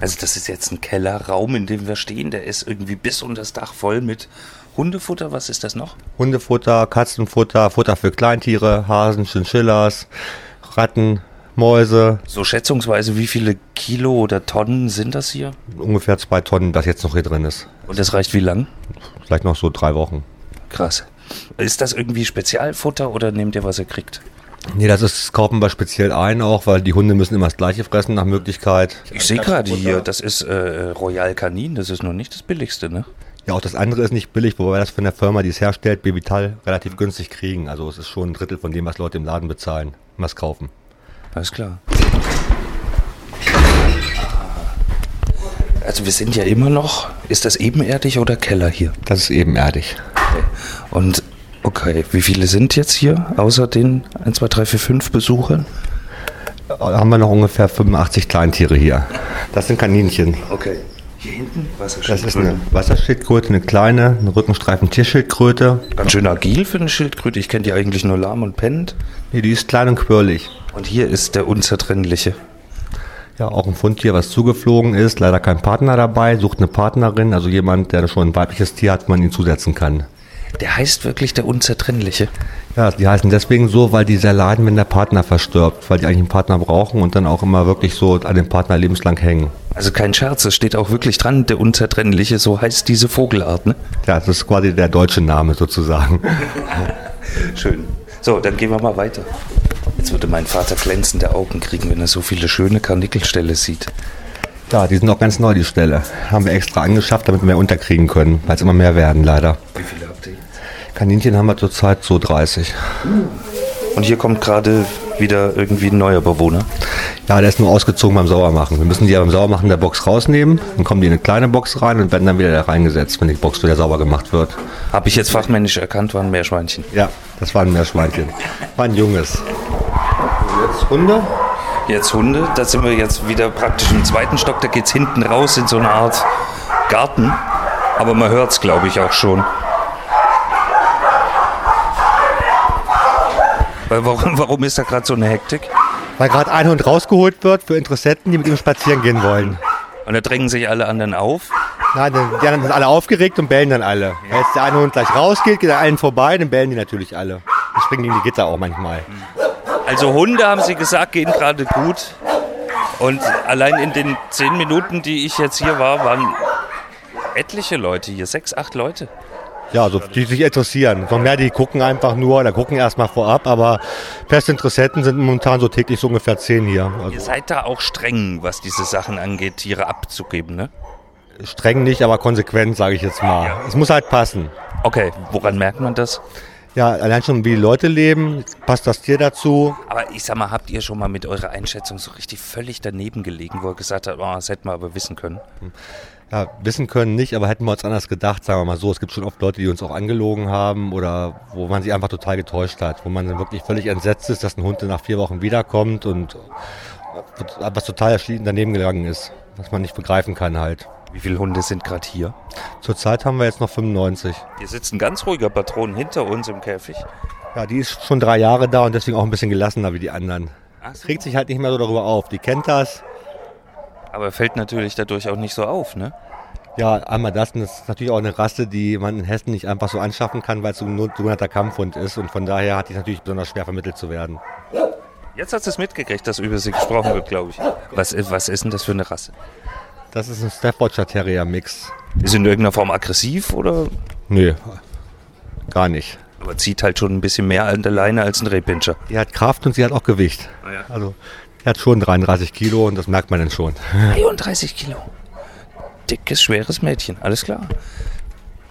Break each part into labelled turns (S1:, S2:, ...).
S1: Also das ist jetzt ein Kellerraum, in dem wir stehen. Der ist irgendwie bis unter das Dach voll mit Hundefutter. Was ist das noch?
S2: Hundefutter, Katzenfutter, Futter für Kleintiere, Hasen, Chinchillas, Ratten, Mäuse.
S1: So schätzungsweise, wie viele Kilo oder Tonnen sind das hier?
S2: Ungefähr zwei Tonnen, das jetzt noch hier drin ist.
S1: Und das reicht wie lang?
S2: Vielleicht noch so drei Wochen.
S1: Krass. Ist das irgendwie Spezialfutter oder nehmt ihr, was ihr kriegt?
S2: Nee, das ist, das kaufen wir speziell ein auch, weil die Hunde müssen immer das gleiche fressen nach Möglichkeit.
S1: Ich sehe gerade hier, das ist äh, Royal Canin, das ist noch nicht das billigste, ne?
S2: Ja, auch das andere ist nicht billig, wobei wir das von der Firma, die es herstellt, Bevital, relativ günstig kriegen. Also es ist schon ein Drittel von dem, was Leute im Laden bezahlen, was kaufen.
S1: Alles klar. Ah. Also wir sind ja immer noch, ist das ebenerdig oder Keller hier?
S2: Das ist ebenerdig.
S1: Und okay, wie viele sind jetzt hier, außer den 1, 2, 3, 4, 5 Besuchern?
S2: Da Äh, haben wir noch ungefähr 85 Kleintiere hier. Das sind Kaninchen.
S1: Okay. Hier hinten Hm.
S2: Das ist eine Wasserschildkröte, eine kleine, eine Rückenstreifen-Tierschildkröte.
S1: Ganz schön agil für eine Schildkröte. Ich kenne die eigentlich nur lahm und pennt.
S2: Nee, die ist klein und quirlig.
S1: Und hier ist der unzertrennliche.
S2: Ja, auch ein Fundtier, was zugeflogen ist. Leider kein Partner dabei. Sucht eine Partnerin, also jemand, der schon ein weibliches Tier hat, man ihn zusetzen kann.
S1: Der heißt wirklich der unzertrennliche.
S2: Ja, die heißen deswegen so, weil die sehr leiden, wenn der Partner verstirbt, weil die eigentlich einen Partner brauchen und dann auch immer wirklich so an dem Partner lebenslang hängen.
S1: Also kein Scherz, es steht auch wirklich dran, der unzertrennliche, so heißt diese Vogelart, ne?
S2: Ja, das ist quasi der deutsche Name sozusagen.
S1: Schön. So, dann gehen wir mal weiter. Jetzt würde mein Vater glänzende Augen kriegen, wenn er so viele schöne Karnickelställe sieht.
S2: Ja, die sind auch ganz neu, die Stelle. Haben wir extra angeschafft, damit wir mehr unterkriegen können, weil es immer mehr werden leider.
S1: Wie viele habt ihr?
S2: Kaninchen haben wir zurzeit so 30.
S1: Und hier kommt gerade wieder irgendwie ein neuer Bewohner.
S2: Ja, der ist nur ausgezogen beim Sauermachen. Wir müssen die ja beim Sauermachen der Box rausnehmen, dann kommen die in eine kleine Box rein und werden dann wieder da reingesetzt, wenn die Box wieder sauber gemacht wird.
S1: Habe ich jetzt fachmännisch erkannt, waren Meerschweinchen.
S2: Ja, das war ein Meerschweinchen. War ein junges. Jetzt Hunde.
S1: Jetzt Hunde, da sind wir jetzt wieder praktisch im zweiten Stock, da geht's hinten raus in so eine Art Garten. Aber man hört's, glaube ich, auch schon. Weil warum, warum ist da gerade so eine Hektik?
S2: Weil gerade ein Hund rausgeholt wird für Interessenten, die mit ihm spazieren gehen wollen.
S1: Und da drängen sich alle anderen auf.
S2: Nein, dann- die anderen sind alle aufgeregt und bellen dann alle. Wenn jetzt der eine Hund gleich rausgeht, geht er allen vorbei, dann bellen die natürlich alle. Dann springen die in die Gitter auch manchmal.
S1: Also Hunde, haben sie gesagt, gehen gerade gut. Und allein in den zehn Minuten, die ich jetzt hier war, waren etliche Leute hier, sechs, acht Leute.
S2: Ja, also die sich interessieren. Von mehr, die gucken einfach nur oder gucken erstmal vorab, aber feste Interessenten sind momentan so täglich so ungefähr zehn hier.
S1: Ihr
S2: Also
S1: seid da auch streng, was diese Sachen angeht, Tiere abzugeben, ne?
S2: streng nicht, aber konsequent, sage ich jetzt mal. Es muss halt passen.
S1: Okay, woran merkt man das?
S2: Ja, allein schon wie die Leute leben, passt das Tier dazu.
S1: Aber ich sag mal, habt ihr schon mal mit eurer Einschätzung so richtig völlig daneben gelegen, wo ihr gesagt habt, oh, das hätten wir aber wissen können?
S2: Ja, wissen können nicht, aber hätten wir uns anders gedacht, sagen wir mal so. Es gibt schon oft Leute, die uns auch angelogen haben oder wo man sich einfach total getäuscht hat, wo man dann wirklich völlig entsetzt ist, dass ein Hund dann nach vier Wochen wiederkommt und äh, was total erschienen daneben gegangen ist, was man nicht begreifen kann halt.
S1: Wie viele Hunde sind gerade hier?
S2: Zurzeit haben wir jetzt noch 95.
S1: Hier sitzt ein ganz ruhiger Patron hinter uns im Käfig.
S2: Ja, die ist schon drei Jahre da und deswegen auch ein bisschen gelassener wie die anderen. Regt sich halt nicht mehr so darüber auf. Die kennt das.
S1: Aber fällt natürlich dadurch auch nicht so auf, ne?
S2: Ja, einmal das, und das ist natürlich auch eine Rasse, die man in Hessen nicht einfach so anschaffen kann, weil es so ein not- sogenannter Kampfhund ist und von daher hat die natürlich besonders schwer vermittelt zu werden.
S1: Jetzt hat sie es mitgekriegt, dass über sie gesprochen wird, glaube ich. Was, i- was ist denn das für eine Rasse?
S2: Das ist ein Staffordshire Terrier Mix.
S1: Ist sie in irgendeiner Form aggressiv oder?
S2: Nee, gar nicht.
S1: Aber zieht halt schon ein bisschen mehr an der Leine als ein Rehpinscher.
S2: Die hat Kraft und sie hat auch Gewicht.
S1: ja.
S2: Also, die hat schon 33 Kilo und das merkt man dann schon.
S1: 33 Kilo. Dickes, schweres Mädchen, alles klar.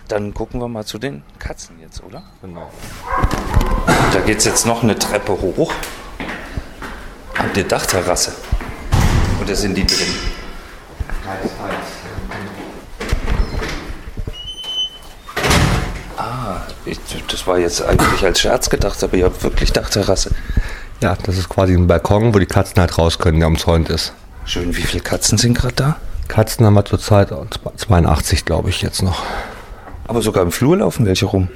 S1: Dann gucken wir mal zu den Katzen jetzt, oder?
S2: Genau.
S1: Da geht's jetzt noch eine Treppe hoch. An die Dachterrasse. Und da sind die drin. Ah, ich, das war jetzt eigentlich als Scherz gedacht, aber ihr habt wirklich Dachterrasse.
S2: Ja, das ist quasi ein Balkon, wo die Katzen halt raus können, der umzäunt ist.
S1: Schön, wie viele Katzen sind gerade da?
S2: Katzen haben wir äh, zurzeit 82, glaube ich, jetzt noch.
S1: Aber sogar im Flur laufen welche rum.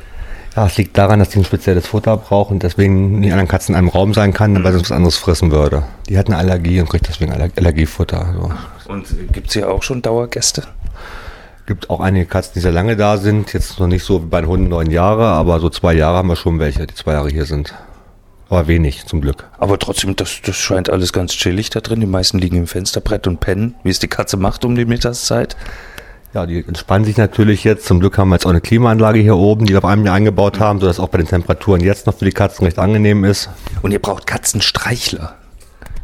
S2: Ja, es liegt daran, dass die ein spezielles Futter braucht und deswegen nicht anderen Katzen in einem Raum sein kann, weil sonst was anderes fressen würde. Die hat eine Allergie und kriegt deswegen Aller Allergiefutter. So.
S1: Und gibt es hier auch schon Dauergäste?
S2: Gibt auch einige Katzen, die sehr lange da sind. Jetzt noch nicht so wie bei den Hunden neun Jahre, aber so zwei Jahre haben wir schon welche, die zwei Jahre hier sind. Aber wenig, zum Glück.
S1: Aber trotzdem, das, das scheint alles ganz chillig da drin. Die meisten liegen im Fensterbrett und pennen, wie es die Katze macht um die Mittagszeit.
S2: Ja, die entspannen sich natürlich jetzt. Zum Glück haben wir jetzt auch eine Klimaanlage hier oben, die wir auf einem Jahr eingebaut haben, sodass auch bei den Temperaturen jetzt noch für die Katzen recht angenehm ist.
S1: Und ihr braucht Katzenstreichler.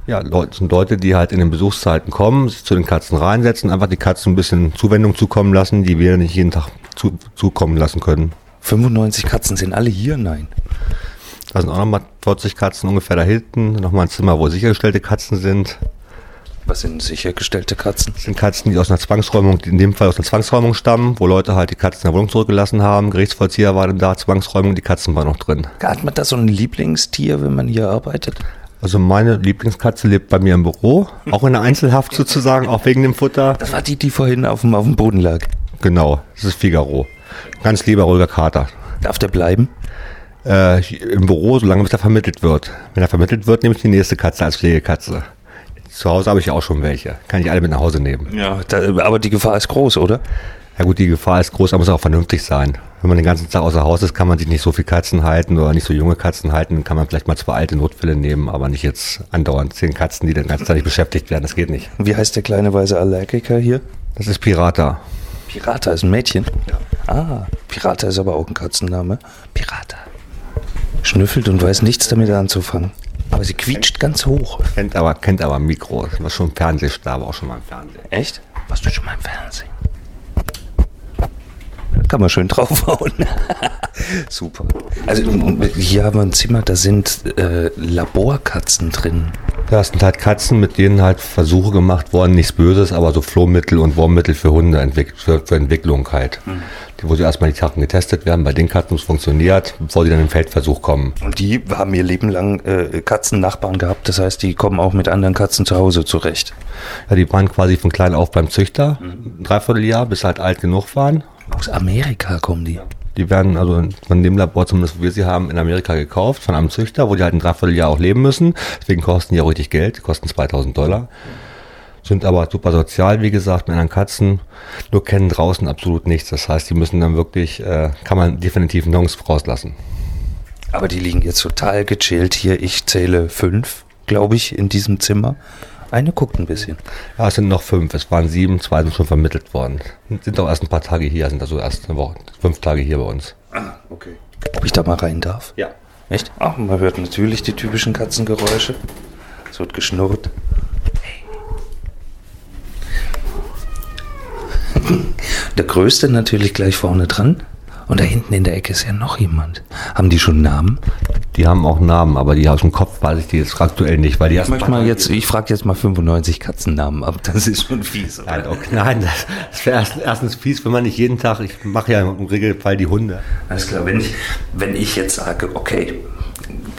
S2: Ja, Leute, sind Leute, die halt in den Besuchszeiten kommen, sich zu den Katzen reinsetzen, einfach die Katzen ein bisschen Zuwendung zukommen lassen, die wir nicht jeden Tag zu, zukommen lassen können.
S1: 95 Katzen sind alle hier? Nein.
S2: Da sind auch nochmal 40 Katzen ungefähr da hinten, nochmal ein Zimmer, wo sichergestellte Katzen sind.
S1: Was sind sichergestellte Katzen?
S2: Das sind Katzen, die aus einer Zwangsräumung, die in dem Fall aus einer Zwangsräumung stammen, wo Leute halt die Katzen in der Wohnung zurückgelassen haben. Gerichtsvollzieher waren da, Zwangsräumung, die Katzen waren noch drin.
S1: Hat man da so ein Lieblingstier, wenn man hier arbeitet?
S2: Also meine Lieblingskatze lebt bei mir im Büro, auch in der Einzelhaft sozusagen, auch wegen dem Futter.
S1: Das war die, die vorhin auf dem, auf dem Boden lag.
S2: Genau, das ist Figaro. Ganz lieber ruhiger Kater.
S1: Darf der bleiben?
S2: Äh, Im Büro, solange bis er vermittelt wird. Wenn er vermittelt wird, nehme ich die nächste Katze als Pflegekatze. Zu Hause habe ich ja auch schon welche. Kann ich alle mit nach Hause nehmen.
S1: Ja, da, aber die Gefahr ist groß, oder?
S2: Ja gut, die Gefahr ist groß, aber muss auch vernünftig sein. Wenn man den ganzen Tag außer Haus ist, kann man sich nicht so viel Katzen halten oder nicht so junge Katzen halten, Dann kann man vielleicht mal zwei alte Notfälle nehmen, aber nicht jetzt andauernd zehn Katzen, die den ganzen Tag nicht beschäftigt werden. Das geht nicht.
S1: Wie heißt der kleine weiße Allergiker hier?
S2: Das ist Pirata.
S1: Pirata ist ein Mädchen. Ah, Pirata ist aber auch ein Katzenname. Pirata. Schnüffelt und weiß nichts damit anzufangen. Aber sie quietscht ganz hoch.
S2: Kennt aber, kennt aber ein Mikro. Das war schon im Fernsehstar, war auch schon mal im Fernsehen.
S1: Echt? Warst du schon mal im Fernsehen? Kann man schön draufhauen. Super. Also hier haben wir ein Zimmer, da sind äh, Laborkatzen drin.
S2: Da sind halt Katzen, mit denen halt Versuche gemacht worden, nichts Böses, aber so Flohmittel und Wurmmittel für Hunde entwickelt, für, für Entwicklung halt. Die, wo sie erstmal die Sachen getestet werden, bei den Katzen es funktioniert, bevor sie dann in den Feldversuch kommen.
S1: Und die haben ihr Leben lang äh, Katzennachbarn gehabt. Das heißt, die kommen auch mit anderen Katzen zu Hause zurecht.
S2: Ja, die waren quasi von klein auf beim Züchter, ein Dreivierteljahr, bis sie halt alt genug waren.
S1: Aus Amerika kommen die.
S2: Die werden also von dem Labor, zumindest wo wir sie haben, in Amerika gekauft, von einem Züchter, wo die halt ein Dreivierteljahr auch leben müssen. Deswegen kosten die auch richtig Geld, die kosten 2000 Dollar. Sind aber super sozial, wie gesagt, mit anderen Katzen. Nur kennen draußen absolut nichts. Das heißt, die müssen dann wirklich, äh, kann man definitiv nirgends rauslassen.
S1: Aber die liegen jetzt total gechillt hier. Ich zähle fünf, glaube ich, in diesem Zimmer. Eine guckt ein bisschen.
S2: Ja, es sind noch fünf. Es waren sieben, zwei sind schon vermittelt worden. Sind auch erst ein paar Tage hier, sind also erst eine Woche, fünf Tage hier bei uns.
S1: Ah, okay. Ob ich da mal rein darf?
S2: Ja.
S1: Echt? Ach, man hört natürlich die typischen Katzengeräusche. Es wird geschnurrt. Der größte natürlich gleich vorne dran. Und da hinten in der Ecke ist ja noch jemand. Haben die schon Namen?
S2: Die haben auch Namen, aber die aus dem Kopf weiß ich die jetzt aktuell nicht, weil die erst
S1: Manchmal jetzt, ich frage jetzt mal 95 Katzennamen ab. Das ist schon fies. oder?
S2: Nein, okay, nein, das, das wäre erst, erstens fies, wenn man nicht jeden Tag, ich mache ja im Regelfall die Hunde.
S1: Alles klar, wenn ich, wenn ich jetzt sage, okay,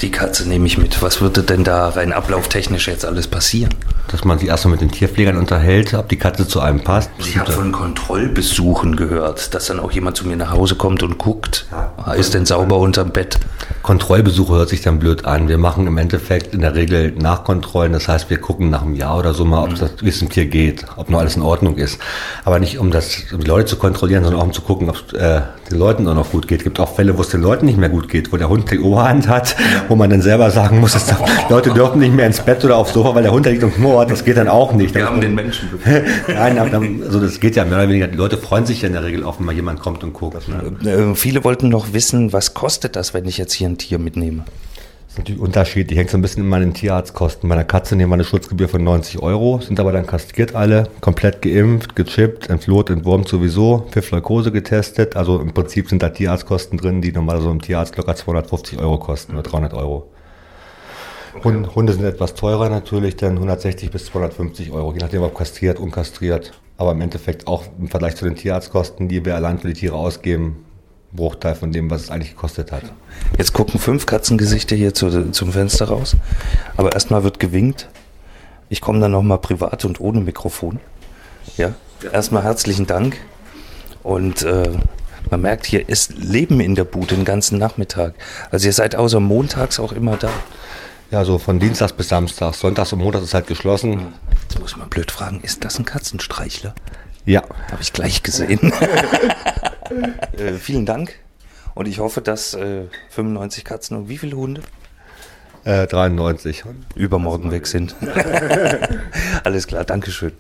S1: die Katze nehme ich mit, was würde denn da rein ablauftechnisch jetzt alles passieren?
S2: Dass man sich erstmal mit den Tierpflegern unterhält, ob die Katze zu einem passt.
S1: Also Ich habe von Kontrollbesuchen gehört, dass dann auch jemand zu mir nach Hause kommt und guckt, ah, ist denn sauber unterm Bett?
S2: Kontrollbesuche hört sich dann blöd an. Wir machen im Endeffekt in der Regel Nachkontrollen. Das heißt, wir gucken nach einem Jahr oder so mal,
S1: Mhm.
S2: ob das wie es dem Tier geht, ob noch alles in Ordnung ist. Aber nicht, um das um die Leute zu kontrollieren, sondern auch um zu gucken, ob es äh, den Leuten auch noch gut geht. Es gibt auch Fälle, wo es den Leuten nicht mehr gut geht, wo der Hund die Oberhand hat, wo man dann selber sagen muss, dass Leute dürfen nicht mehr ins Bett oder aufs Sofa, weil der Hund da liegt und knurrt. Das geht dann auch nicht.
S1: Wir haben den Menschen befreit.
S2: Nein, aber dann, also das geht ja mehr oder weniger. Die Leute freuen sich ja in der Regel offen, wenn jemand kommt und guckt. Ne?
S1: Äh, Viele wollten noch wissen, was kostet das, wenn ich jetzt hier ein Tier mitnehme?
S2: Das ist natürlich unterschiedlich. Hängt so ein bisschen immer an den Tierarztkosten. Bei einer Katze nehmen wir eine Schutzgebühr von 90 Euro, sind aber dann kastriert alle, komplett geimpft, gechippt, entflot, entwurmt sowieso, für Leukose getestet. Also im Prinzip sind da Tierarztkosten drin, die normal so im Tierarzt locker 250 Euro kosten oder 300 Euro. Hun- Hunde sind etwas teurer natürlich, dann 160 bis 250 Euro, je nachdem ob kastriert, unkastriert. Aber im Endeffekt auch im Vergleich zu den Tierarztkosten, die wir allein für die Tiere ausgeben, ein Bruchteil von dem, was es eigentlich gekostet hat.
S1: Jetzt gucken fünf Katzengesichter hier zu, zum Fenster raus. Aber erstmal wird gewinkt. Ich komme dann nochmal privat und ohne Mikrofon. Ja, erstmal herzlichen Dank. Und äh, Man merkt, hier ist Leben in der Bude den ganzen Nachmittag. Also ihr seid außer montags auch immer da.
S2: Ja, so von Dienstags bis Samstags. Sonntags und Montags ist halt geschlossen.
S1: Jetzt muss man blöd fragen, ist das ein Katzenstreichler?
S2: Ja.
S1: Habe ich gleich gesehen. äh, vielen Dank. Und ich hoffe, dass äh, 95 Katzen und wie viele Hunde?
S2: Äh, 93.
S1: Übermorgen weg sind. Alles klar, Dankeschön.